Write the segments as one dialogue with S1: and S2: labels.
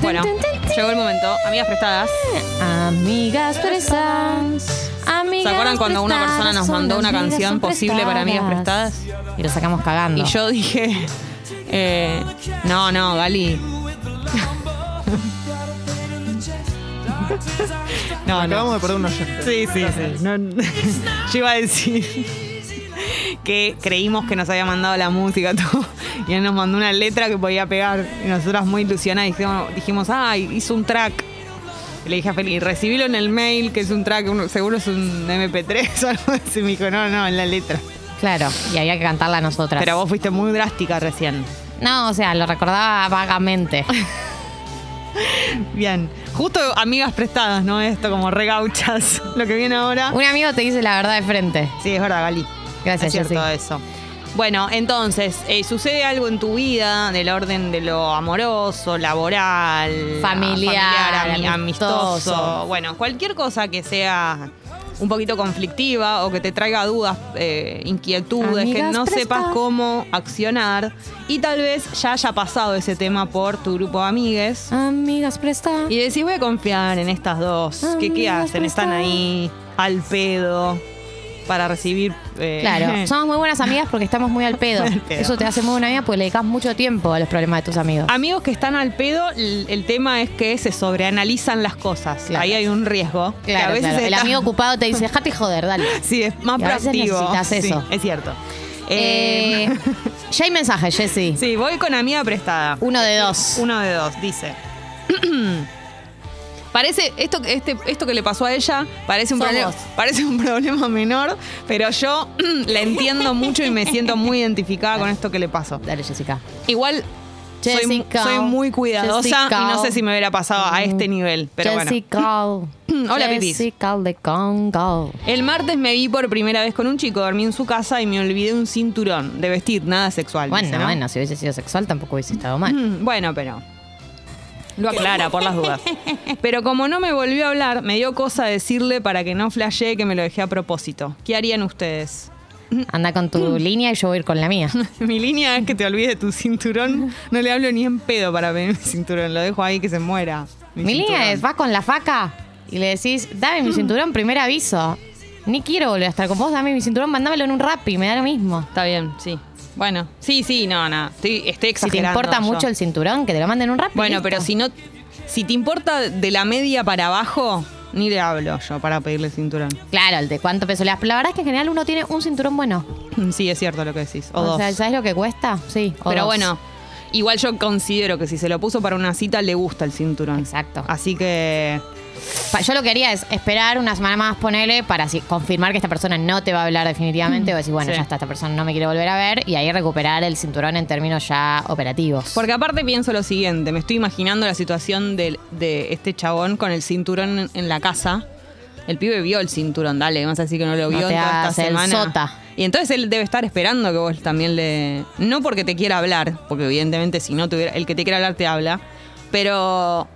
S1: Bueno, llegó el momento. Amigas prestadas.
S2: Amigas presas.
S1: ¿Se
S2: Amigas
S1: acuerdan cuando una
S2: prestadas
S1: persona nos
S2: son
S1: mandó una
S2: amigas,
S1: canción
S2: son
S1: posible para amigas prestadas?
S2: Y lo sacamos cagando.
S1: Y yo dije, eh, no, no, Gali. No,
S3: Acabamos
S1: no.
S3: de perder un oyente.
S1: Sí, sí, sí. No, no. yo iba a decir que creímos que nos había mandado la música todo, y él nos mandó una letra que podía pegar. Y nosotras muy ilusionadas dijimos, dijimos ay, hizo un track. Y le dije a Feli, recibilo en el mail, que es un track, uno- seguro es un MP3 o algo así. Y me dijo, no, no, en la letra.
S2: Claro, y había que cantarla nosotras.
S1: Pero vos fuiste muy drástica recién.
S2: No, o sea, lo recordaba vagamente.
S1: Bien. Justo amigas prestadas, ¿no? Esto como regauchas. Lo que viene ahora.
S2: Un amigo te dice la verdad de frente.
S1: Sí, es verdad, Gali.
S2: Gracias,
S1: Es cierto
S2: Jessy.
S1: eso. Bueno, entonces, eh, ¿sucede algo en tu vida del orden de lo amoroso, laboral,
S2: Familiar,
S1: ami- amistoso.
S2: amistoso.
S1: Bueno, cualquier cosa que sea un poquito conflictiva o que te traiga dudas, eh, inquietudes, que
S2: Amigas
S1: no sepas
S2: prestadas.
S1: cómo accionar y tal vez ya haya pasado ese tema por tu grupo de amigues.
S2: Amigas prestadas.
S1: Y decís, voy a confiar en estas dos.
S2: Ah,
S1: ¿Qué, qué
S2: Amigas
S1: hacen? Están
S2: prestadas.
S1: ahí al pedo para recibir. eh,
S2: Claro, somos muy buenas amigas porque estamos muy al pedo.
S1: Al pedo. Ah,
S2: Eso te hace muy buena amiga porque le dedicas mucho tiempo a los problemas de tus amigos.
S1: Amigos que están al pedo, el, el tema es que se sobreanalizan las cosas.
S2: Claro.
S1: Ahí hay un riesgo. que
S2: Claro,
S1: a veces
S2: claro. El
S1: está-
S2: amigo ocupado te dice, dejate joder, dale.
S1: Sí, es más
S2: Y a veces
S1: proactivo.
S2: necesitas
S1: Sí,
S2: eso.
S1: es cierto. Eh,
S2: Eh, ya hay mensajes, Jessy.
S1: sí, voy con amiga prestada.
S2: Uno de dos.
S1: Uno de dos, dice. Parece, esto, este, esto que le pasó a ella parece un,
S2: Sos
S1: problema,
S2: vos.
S1: parece un problema menor, pero yo la entiendo mucho y me siento muy identificada con esto que le pasó.
S2: Dale, Jessica.
S1: Igual soy,
S2: Jessica.
S1: soy muy cuidadosa
S2: Jessica. Mm.
S1: y no sé si me hubiera pasado a este nivel, pero bueno.
S2: Jessica.
S1: Hola, Pitis.
S2: Jessica de Congo.
S1: El martes me vi por primera vez con un chico, dormí en su casa y me olvidé un cinturón de vestir, nada sexual.
S2: Bueno,
S1: dice, ¿no?
S2: bueno, si hubiese sido sexual tampoco hubiese estado mal.
S1: Mm, Bueno, pero. Lo aclara por las dudas. Pero como no me volvió a hablar, me dio cosa decirle para que no flashee que me lo dejé a propósito. ¿Qué harían ustedes?
S2: Anda con tu línea y yo voy a ir con la mía.
S1: Mi línea es que te olvides de tu cinturón. No le hablo ni en pedo para pedir mi cinturón. Lo dejo ahí que se muera.
S2: Mi línea
S1: cinturón.
S2: es, vas con la faca y le decís, dame mi cinturón, primer aviso. Ni quiero volver a estar con vos, dame mi cinturón, mandámelo en un rap y me da lo mismo.
S1: Está bien, sí. Bueno, sí, sí, no, no. Estoy, estoy
S2: Si te
S1: exagerando.
S2: importa mucho el cinturón, que te lo manden en un rap. y
S1: Bueno,
S2: listo.
S1: pero si no. Si te importa de la media para abajo, ni le hablo yo para pedirle cinturón.
S2: Claro, el de cuánto peso le das. Pero La verdad es que en general uno tiene un cinturón bueno.
S1: Sí, es cierto lo que decís. O,
S2: O,
S1: dos.
S2: sea, ¿sabes lo que cuesta? Sí. o
S1: Pero
S2: dos.
S1: bueno, igual yo considero que si se lo puso para una cita, le gusta el cinturón.
S2: Exacto.
S1: Así que.
S2: Pa- Yo lo que haría es esperar una semana más, ponele, para si- confirmar que esta persona no te va a hablar definitivamente. O decir, bueno,
S1: Mm, Sí.
S2: ya está, esta persona no me quiere volver a ver. Y ahí recuperar el cinturón en términos ya operativos.
S1: Porque aparte pienso lo siguiente: me estoy imaginando la situación del- de, este chabón con el cinturón en, en la casa. El pibe vio el cinturón, dale, vamos a decir que no
S2: No
S1: lo vio
S2: te
S1: en toda
S2: hagas
S1: esta
S2: el
S1: semana.
S2: sota.
S1: Y entonces él debe estar esperando que vos también le. No porque te quiera hablar, porque evidentemente si no tuviera. El que te quiera hablar te habla. Pero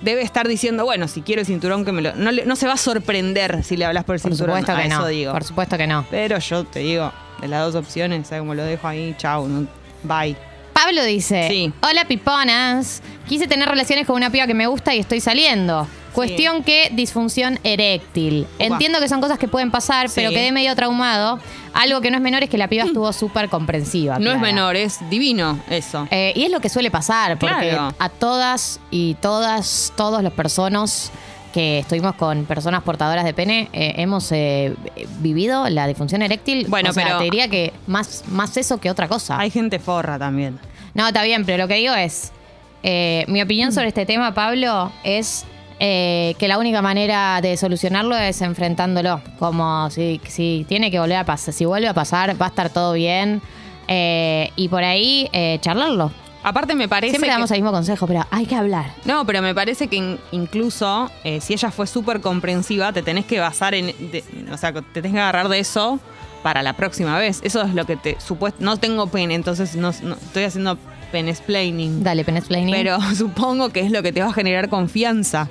S1: debe estar diciendo, bueno, si quiero el cinturón que me lo. No, le- no se va a sorprender si le hablas por el
S2: Por
S1: cinturón.
S2: supuesto
S1: a
S2: que
S1: eso
S2: no.
S1: digo.
S2: Por supuesto que no.
S1: Pero yo te digo, de las dos opciones, ¿sabes cómo lo dejo ahí? Chau, no- bye.
S2: Pablo dice,
S1: Sí.
S2: hola piponas, quise tener relaciones con una piba que me gusta y estoy saliendo. Cuestión que disfunción eréctil. Entiendo que son cosas que pueden pasar, pero
S1: Sí.
S2: quedé medio traumado. Algo que no es menor es que la piba estuvo súper comprensiva.
S1: No es
S2: Clara.
S1: menor, es divino eso.
S2: Eh, y es lo que suele pasar, porque
S1: Claro.
S2: a todas y todas, todos los personas que estuvimos con personas portadoras de pene, eh, hemos eh, vivido la disfunción eréctil.
S1: Bueno,
S2: O sea,
S1: pero-
S2: te diría que más, más eso que otra cosa.
S1: Hay gente forra también.
S2: No, está bien, pero lo que digo es, eh, mi opinión sobre este tema, Pablo, es eh, que la única manera de solucionarlo es enfrentándolo. Como si, si tiene que volver a pasar, si vuelve a pasar, va a estar todo bien. Eh, y por ahí eh, charlarlo.
S1: Aparte me parece
S2: Siempre
S1: que-
S2: damos el mismo consejo, pero hay que hablar.
S1: No, pero me parece que in- incluso eh, si ella fue súper comprensiva, te tenés que basar en... de- o sea, que te tenés que agarrar de eso para la próxima vez. Eso es lo que te... Supuesto, no tengo pene, entonces no, no- estoy haciendo pene
S2: Dale, penesplaining.
S1: Pero supongo que es lo que te va a generar confianza.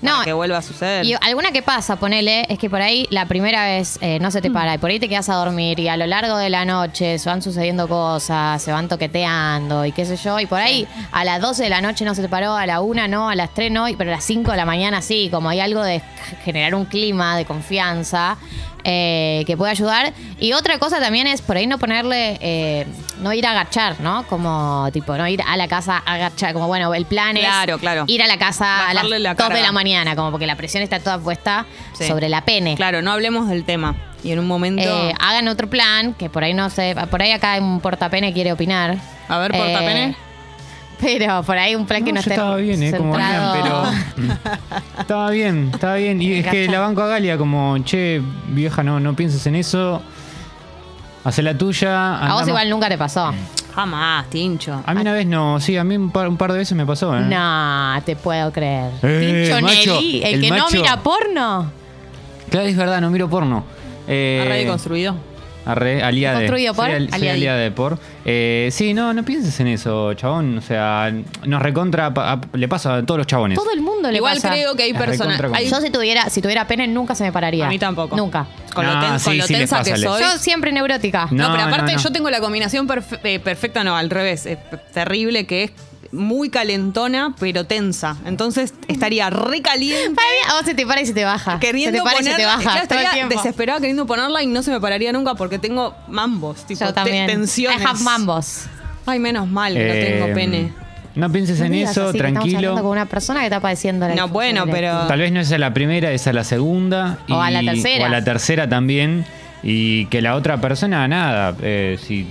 S2: No,
S1: para que vuelva a suceder.
S2: Y alguna que pasa, ponele, es que por ahí la primera vez eh, no se
S1: Mm.
S2: te para y por ahí te quedas a dormir y a lo largo de la noche se van sucediendo cosas, se van toqueteando y qué sé yo, y por ahí a las 12 de la noche no se te paró, a la 1 no, a las 3 no, y- pero a las 5 de la mañana sí, como hay algo de generar un clima de confianza eh, que puede ayudar. Y otra cosa también es por ahí no ponerle, eh, no ir a agachar, ¿no? Como tipo, no ir a la casa a agachar, como bueno, el plan
S1: Claro,
S2: es
S1: claro.
S2: ir a la casa a las
S1: Bajarle la
S2: 2 de
S1: carga.
S2: la mañana, como porque la presión está toda puesta
S1: Sí.
S2: sobre la pene.
S1: Claro, no hablemos del tema. Y en un momento.
S2: Eh, hagan otro plan, que por ahí no sé, por ahí acá un portapene quiere opinar.
S1: a ver, portapene.
S2: Eh, pero por ahí un plan que no
S3: No, yo
S2: esté
S3: estaba bien, ¿eh? Como
S2: centrado-
S3: hablan, pero. estaba bien, estaba bien. Y es que la banco a Galia, como, che, vieja, no, no pienses en eso. Hacé la tuya.
S2: A
S3: andá
S2: vos
S3: más-
S2: igual nunca te pasó.
S1: Jamás, tincho.
S3: A mí una vez no, sí, a mí un par, un par de veces me pasó, ¿eh?
S2: No, te puedo creer.
S3: Eh,
S2: Tincho
S3: macho,
S2: Nelly, el,
S3: el
S2: que no
S3: macho.
S2: mira porno.
S3: Claro, es verdad, no miro porno. Eh,
S1: Array construido.
S3: Arre, aliade.
S2: Construido por,
S3: Soy al- soy
S2: aliadi.
S3: aliade por. Eh, sí, no, no pienses en eso, chabón. O sea, nos recontra. pa- a- le pasa a todos los chabones.
S2: Todo el mundo le
S1: Igual
S2: pasa.
S1: creo que hay
S3: La
S1: personas.
S3: recontra
S1: hay-
S2: Yo si tuviera, si tuviera pene nunca se me pararía.
S1: A mí tampoco.
S2: Nunca.
S1: Con lo,
S3: No,
S1: ten-
S3: sí,
S1: con lo
S3: sí, le
S1: tensa
S3: pasa,
S1: que
S3: le-
S1: soy.
S2: Yo siempre neurótica.
S1: No,
S3: No,
S1: pero
S3: no,
S1: aparte
S3: no.
S1: yo tengo la combinación perfe- eh, perfecta, no, al revés, eh, p- terrible que es muy calentona pero tensa. Entonces estaría re caliente.
S2: Para mí, a vos se te para y se te baja. se
S1: Queriendo
S2: te para y se te
S1: ponerla,
S2: baja.
S1: claro,
S2: todo el
S1: estaría
S2: tiempo.
S1: desesperada queriendo ponerla y no se me pararía nunca porque tengo mambos, tipo
S2: Yo
S1: te-
S2: también.
S1: tensiones.
S2: I have mambos.
S1: Ay, menos mal que no
S3: Eh,
S1: tengo pene.
S3: No pienses en
S2: digas
S3: eso,
S2: así, que Estamos hablando con
S3: tranquilo.
S2: una persona que está padeciendo la
S1: No, bueno, pero
S3: Tal vez no es a la primera, es a la segunda.
S2: O a la tercera.
S3: O a la tercera también. Y que la otra persona, nada. eh, si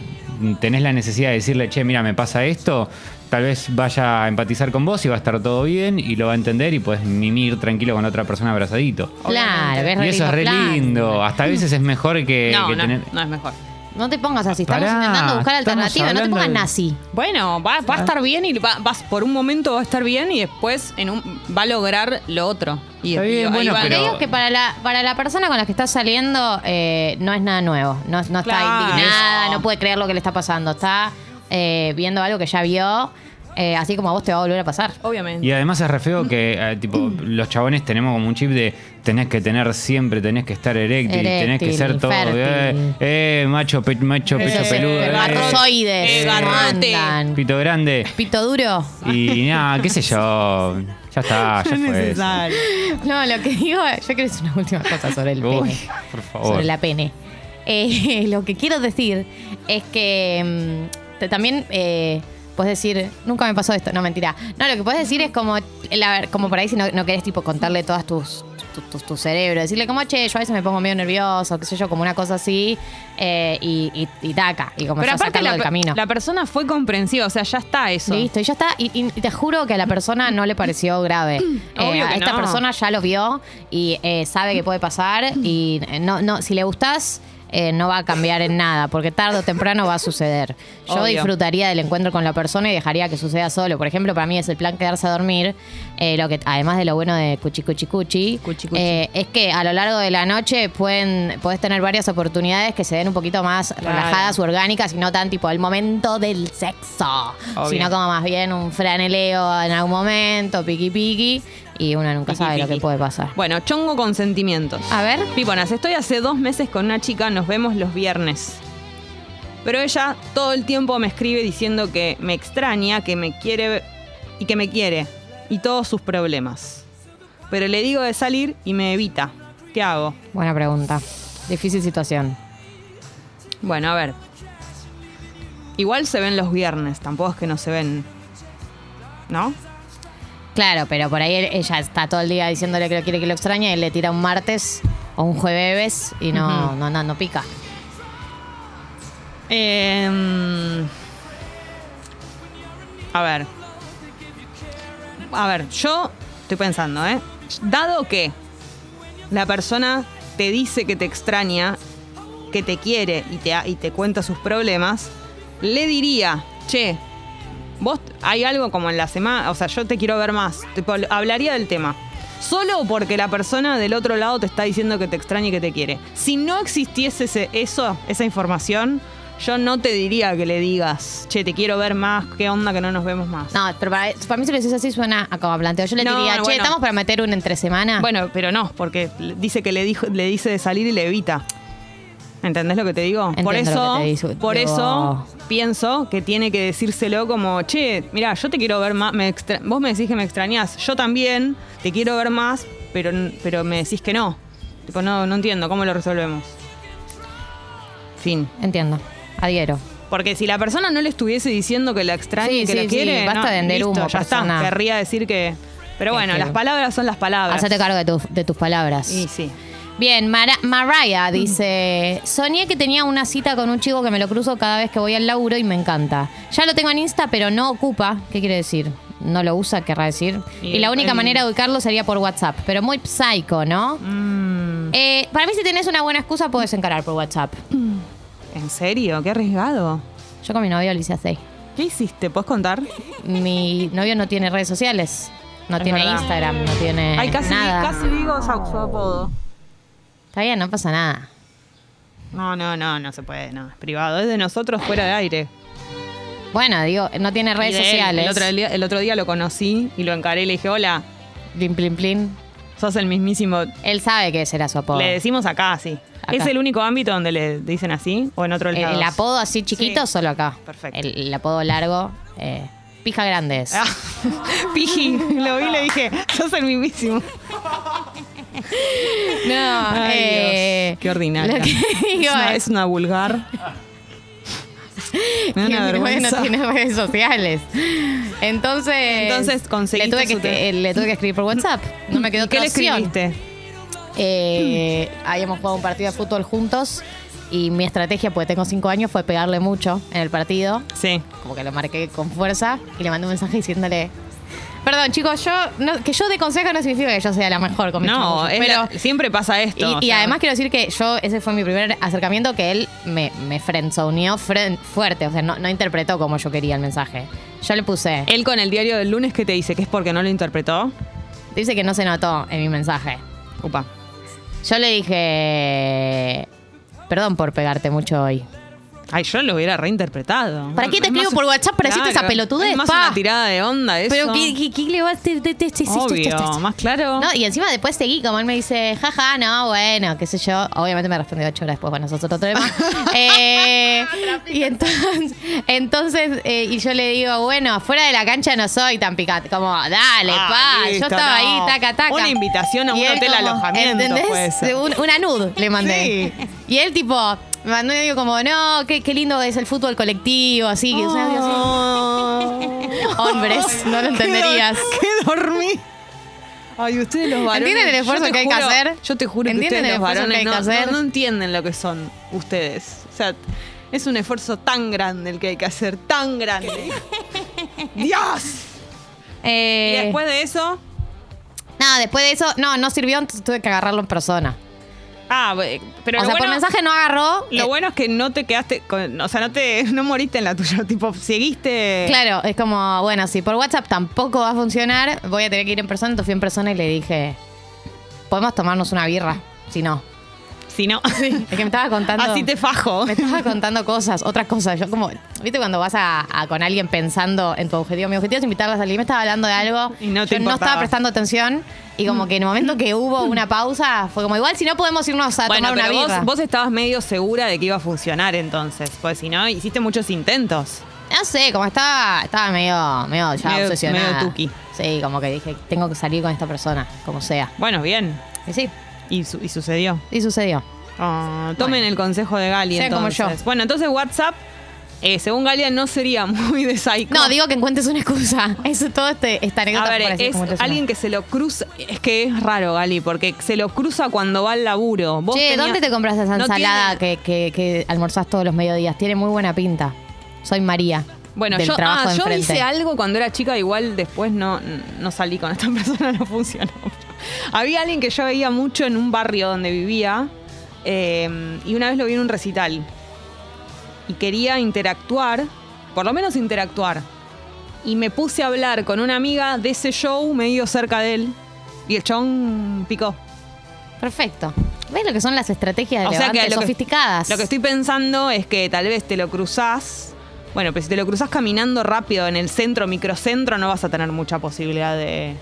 S3: tenés la necesidad de decirle, che, mira, me pasa esto, tal vez vaya a empatizar con vos y va a estar todo bien y lo va a entender y podés mimir tranquilo con otra persona abrazadito.
S2: Claro, que es
S3: Y
S2: re
S3: eso
S2: lindo
S3: es re
S2: plan.
S3: lindo. Hasta a veces es mejor que,
S1: no,
S3: que
S1: no,
S3: tener.
S1: no es mejor.
S2: No te pongas así. Estamos
S3: Pará,
S2: intentando buscar
S3: estamos
S2: alternativas. No te
S3: hablando
S2: pongas
S3: de-
S2: nazi.
S1: Bueno, va, va a estar bien y va- vas por un momento va a estar bien y después en un, va a lograr lo otro. Y,
S3: Está
S1: y-
S3: bien,
S1: ahí
S3: bueno,
S1: va-
S2: Te
S3: Pero-
S2: digo que para la, para la persona con la que estás saliendo eh, no es nada nuevo. No, no
S1: Claro.
S2: está indignada,
S1: Eso.
S2: no puede creer lo que le está pasando. Está eh, viendo algo que ya vio, eh, así como a vos te va a volver a pasar.
S1: Obviamente.
S3: Y además es re feo que eh, tipo, los chabones tenemos como un chip de tenés que tener siempre, tenés que estar eréctil, tenés que
S2: Eréctil,
S3: ser todo.
S2: infértil.
S3: Eh, eh, macho, pe- macho, pecho
S2: Eh,
S3: peludo. eh,
S2: Garrozoides.
S1: Eh,
S2: ¿cómo
S1: garrote.
S2: andan?
S3: pito grande.
S2: Pito duro.
S3: Y nada, qué sé yo. Ya está, ya fue. eso.
S2: No, lo que digo, yo quiero decir una última cosa sobre el
S3: Uy,
S2: pene.
S3: por favor.
S2: Sobre la pene. Eh, lo que quiero decir es que mm, te- también eh, puedes decir, nunca me pasó esto, no mentira. No, lo que puedes decir es como, la- como por ahí si no, no querés tipo contarle todas tus tu, tu- tu cerebro, decirle como, che, yo a veces me pongo medio nervioso, qué sé yo, como una cosa así, eh, y, y, y taca, y como
S1: Pero
S2: ya
S1: aparte
S2: sacarlo
S1: la,
S2: del camino.
S1: la persona fue comprensiva, o sea, ya está eso.
S2: Listo, y ya está. Y, y te juro que a la persona no le pareció grave. Eh,
S1: Obvio
S2: a
S1: que
S2: esta
S1: no.
S2: persona ya lo vio y eh, sabe que puede pasar. Y eh, no, no, si le gustás, eh, no va a cambiar en nada, porque tarde o temprano va a suceder. Yo
S1: Obvio.
S2: disfrutaría del encuentro con la persona y dejaría que suceda solo. Por ejemplo, para mí es el plan quedarse a dormir. eh, lo que, además de lo bueno de Cuchi Cuchi Cuchi,
S1: Cuchi Cuchi.
S2: eh, es que a lo largo de la noche pueden, podés tener varias oportunidades que se den un poquito más
S1: Claro.
S2: relajadas u orgánicas y no tan tipo el momento del sexo.
S1: Obvio.
S2: Sino como más bien un franeleo en algún momento, piqui piqui, y uno nunca
S1: Piqui,
S2: sabe lo
S1: piqui.
S2: que puede pasar.
S1: Bueno, chongo con sentimientos.
S2: A ver.
S1: Piponas, estoy hace dos meses con una chica, nos vemos los viernes. Pero ella todo el tiempo me escribe diciendo que me extraña, que me quiere y que me quiere. Y todos sus problemas. Pero le digo de salir y me evita. ¿Qué hago?
S2: Buena pregunta. Difícil situación.
S1: Bueno, a ver. Igual se ven los viernes, tampoco es que no se ven. ¿No?
S2: Claro, pero por ahí él- ella está todo el día diciéndole que lo quiere, que lo extraña, y él le tira un martes o un jueves y no,
S1: Ujú.
S2: no, no, no pica.
S1: Eh, a ver. A ver, yo estoy pensando, ¿eh? Dado que la persona te dice que te extraña, que te quiere y te, y te cuenta sus problemas, le diría, che, vos hay algo como en la semana, o sea, yo te quiero ver más, Tipo, hablaría del tema. Solo porque la persona del otro lado te está diciendo que te extraña y que te quiere. Si no existiese ese- eso, esa información, yo no te diría que le digas, che, te quiero ver más, qué onda que no nos vemos más.
S2: No, pero para, para mí si lo decís así suena a como planteo. Yo le
S1: No,
S2: diría, che,
S1: bueno.
S2: estamos para meter un entre semana.
S1: Bueno, pero no, porque le- dice que le, dijo, le dice de salir y le evita. ¿Entendés lo que te digo? por
S2: Entiendo lo
S1: eso,
S2: que te digo.
S1: por
S2: Digo-
S1: eso pienso que tiene que decírselo como, che, mira, yo te quiero ver más, me extra- vos me decís que me extrañás, yo también te quiero ver más, pero, n- pero me decís que no. Tipo, no, no entiendo, ¿cómo lo resolvemos? Fin.
S2: Entiendo. Adhiero.
S1: Porque si la persona no le estuviese diciendo que la extraña
S2: Sí,
S1: y que
S2: sí,
S1: la
S2: sí,
S1: quiere,
S2: basta
S1: no,
S2: de vender
S1: listo,
S2: humo,
S1: ya
S2: persona.
S1: está, querría decir que... Pero bueno,
S2: Entiendo.
S1: las palabras son las palabras.
S2: Hacete cargo de, tus- de tus palabras.
S1: Y sí.
S2: Bien, Mara-
S1: Mm.
S2: Mariah dice, soñé que tenía una cita con un chico que me lo cruzo cada vez que voy al laburo y me encanta. Ya lo tengo en Insta, pero no ocupa. ¿Qué quiere decir? No lo usa, querrá decir.
S1: Y
S2: Y, la
S1: el-
S2: única
S1: el- Mm.
S2: manera de ubicarlo sería por WhatsApp, pero muy psycho, ¿no? Eh, para mí, si tenés una buena excusa, puedes encarar por WhatsApp.
S1: Mm. ¿En serio? Qué arriesgado.
S2: Yo con mi novio lo hice así.
S1: ¿Qué hiciste? ¿Puedes contar?
S2: Mi novio no tiene redes sociales. No
S1: Es
S2: tiene
S1: verdad.
S2: Instagram, no tiene
S1: Ay, casi,
S2: Eh, nada.
S1: casi digo sa- su apodo.
S2: Está bien, no pasa nada.
S1: No, no, no, no se puede, no, es privado. Es de nosotros fuera de aire.
S2: Bueno, digo, no tiene redes
S1: Y de él.
S2: sociales.
S1: El otro, día, el otro día lo conocí y lo encaré y le dije, hola,
S2: Plin, plin, plin.
S1: sos el mismísimo.
S2: Él sabe que será su apodo.
S1: Le decimos acá así.
S2: Acá. Eh,
S1: ¿Es el único ámbito donde le dicen así? ¿O en otro
S2: el,
S1: lado?
S2: el apodo así chiquito,
S1: Sí.
S2: solo acá.
S1: Perfecto.
S2: El, el apodo largo, eh, pija grande es.
S1: Ah, Piji, lo vi y le dije, sos el mismísimo.
S2: No,
S1: Ay,
S2: eh,
S1: Dios, qué ordinaria.
S2: lo que
S1: es,
S2: digo
S1: una,
S2: es-
S1: es una vulgar. Me
S2: que mi
S1: da una
S2: novio
S1: vergüenza.
S2: no tiene redes sociales. Entonces,
S1: Entonces,
S2: le
S1: conseguiste
S2: tuve, que,
S1: su te-
S2: eh, le tuve que escribir por WhatsApp. No me quedó
S1: ¿Y ¿Qué
S2: otra
S1: le
S2: opción.
S1: escribiste?
S2: Eh, habíamos jugado un partido de fútbol juntos y mi estrategia, porque tengo cinco años, fue pegarle mucho en el partido.
S1: Sí.
S2: Como que lo marqué con fuerza y le mandé un mensaje diciéndole. Perdón, chicos, yo no- que yo de consejo no significa que yo sea la mejor con mis
S1: No,
S2: chamullos",
S1: es
S2: pero-
S1: la- siempre pasa
S2: y,
S1: esto. o
S2: y
S1: sea.
S2: además quiero decir que yo, ese fue mi primer acercamiento que él me, me friendzoneó fren- fuerte. O sea, no, no interpretó como yo quería el mensaje. Yo le puse.
S1: Él con el diario del lunes que te dice que es porque no lo interpretó.
S2: Dice que no se notó en mi mensaje.
S1: Upa.
S2: Yo le dije. Perdón por pegarte mucho hoy.
S1: Ay, yo lo hubiera reinterpretado.
S2: ¿Para qué te
S1: Es más
S2: escribo por WhatsApp para decirte esa pelotudez,
S1: Es más
S2: pa?
S1: una tirada de onda eso.
S2: Pero ¿qué, qué- qué le vas a te- te- te- te-
S1: Obvio,
S2: te-
S1: más claro.
S2: No, y encima después seguí, como él me dice, jaja, no, bueno, qué sé yo. Obviamente me respondió ocho horas después, bueno, eso es otro tema. Eh, y entonces, entonces eh, y yo le digo, bueno, afuera de la cancha no soy tan picante. Como, dale,
S1: Ah,
S2: pa,
S1: listo,
S2: yo estaba ahí,
S1: no.
S2: taca, taca.
S1: Una invitación a un
S2: Y él
S1: hotel alojamiento fue eso.
S2: Un- una nud le mandé. Y él tipo, me mandó un audio como, no, qué, qué lindo es el fútbol colectivo, así. que es un audio así.
S1: Oh.
S2: Hombres, no lo entenderías.
S1: ¿Qué dormí? Ay, ustedes los varones.
S2: ¿Entienden el
S1: yo
S2: esfuerzo
S1: te
S2: que hay que
S1: juro-
S2: hacer?
S1: Yo te juro que
S2: ¿Entienden
S1: ustedes los
S2: el esfuerzo que
S1: varones
S2: hay que
S1: no,
S2: hacer?
S1: no- no entienden lo que son ustedes. O sea, es un esfuerzo tan grande el que hay que hacer, tan grande. ¡Dios! Y
S2: Eh,
S1: después de eso.
S2: Nada, después de eso, no, no sirvió, entonces tuve que agarrarlo en persona.
S1: Ah, be- pero
S2: o
S1: lo,
S2: sea, por
S1: bueno,
S2: mensaje no agarró.
S1: lo
S2: Eh,
S1: bueno es que no te quedaste con. O sea, no te no moriste en la tuya. Tipo, seguiste.
S2: Claro, es como, bueno, si por WhatsApp tampoco va a funcionar, voy a tener que ir en persona. Entonces fui en persona y le dije, podemos tomarnos una birra, si no.
S1: Si no.
S2: Es que me estaba contando...
S1: Así te fajo.
S2: Me estaba contando cosas, otras cosas. Yo como, viste cuando vas a, a con alguien pensando en tu objetivo. Mi objetivo es invitarla a salir. Me estaba hablando de algo.
S1: Y no te
S2: yo no
S1: importaba.
S2: estaba prestando atención. Y como que en el momento que hubo una pausa, fue como igual si no podemos irnos a
S1: Bueno,
S2: tomar una
S1: pero
S2: birra.
S1: vos, vos estabas medio segura de que iba a funcionar entonces. Pues si no, hiciste muchos intentos.
S2: No sé, como estaba, estaba medio, medio ya
S1: Medio-
S2: obsesionada.
S1: medio tuqui.
S2: Sí, como que dije, tengo que salir con esta persona, como sea.
S1: Bueno, bien.
S2: Y sí,
S1: Y, su- y sucedió.
S2: y sucedió.
S1: Ah, tomen
S2: Bueno.
S1: el consejo de Galia.
S2: Sea como
S1: entonces.
S2: yo.
S1: Bueno, entonces WhatsApp, eh, según Galia, no sería muy de psycho.
S2: No, digo que encuentres una excusa. Eso todo este, esta anécdota
S1: A ver,
S2: fue así,
S1: es
S2: como encuentres una.
S1: alguien que se lo cruza. Es que es raro, Gali, porque se lo cruza cuando va al laburo. Vos
S2: Che,
S1: tenías-
S2: ¿dónde te compras esa
S1: No
S2: ensalada
S1: tiene-
S2: que, que, que almorzás todos los mediodías? Tiene muy buena pinta. Soy María.
S1: Bueno,
S2: del
S1: yo,
S2: trabajo
S1: ah,
S2: de
S1: yo
S2: enfrente.
S1: hice algo cuando era chica, igual después no, no salí con esta persona, no funcionó. Había alguien que yo veía mucho en un barrio donde vivía eh, y una vez lo vi en un recital y quería interactuar, por lo menos interactuar. Y me puse a hablar con una amiga de ese show medio cerca de él y el chabón picó.
S2: Perfecto. ¿Ves lo que son las estrategias de levante sofisticadas?
S1: lo que estoy pensando es que tal vez te lo cruzás. Bueno, pero si te lo cruzás caminando rápido en el centro, microcentro, no vas a tener mucha posibilidad de.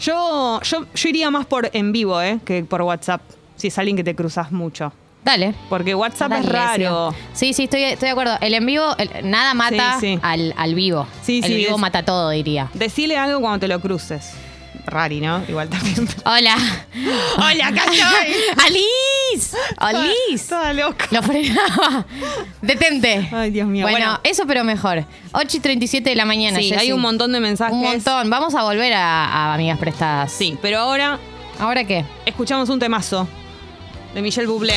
S1: Yo, yo, yo iría más por en vivo, ¿eh? Que por WhatsApp. Si es alguien que te cruzas mucho.
S2: Dale.
S1: Porque WhatsApp es
S2: Dale,
S1: raro.
S2: Sí, sí, sí, estoy, estoy de acuerdo. El en vivo, el- nada mata
S1: Sí, sí.
S2: Al, al vivo.
S1: Sí,
S2: el
S1: sí,
S2: vivo
S1: es-
S2: mata todo, diría.
S1: Decile algo cuando te lo cruces. Rari, ¿no? Igual también.
S2: Hola.
S1: ¡Hola, acá estoy!
S2: ¡Alice! ¡Alice!
S1: Toda loca.
S2: Lo frenaba. Detente.
S1: Ay, Dios mío.
S2: Bueno,
S1: Bueno.
S2: eso pero mejor. 8 y 37 de la mañana.
S1: Sí,
S2: Jessy.
S1: hay un montón de mensajes.
S2: Un montón. Vamos a volver a, a Amigas Prestadas.
S1: Sí, pero ahora
S2: ¿Ahora qué?
S1: escuchamos un temazo de Michelle Bublé.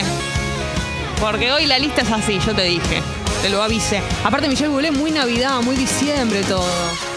S1: Porque hoy la lista es así, yo te dije. Te lo avisé. Aparte, Michelle Bublé, muy Navidad, muy diciembre todo.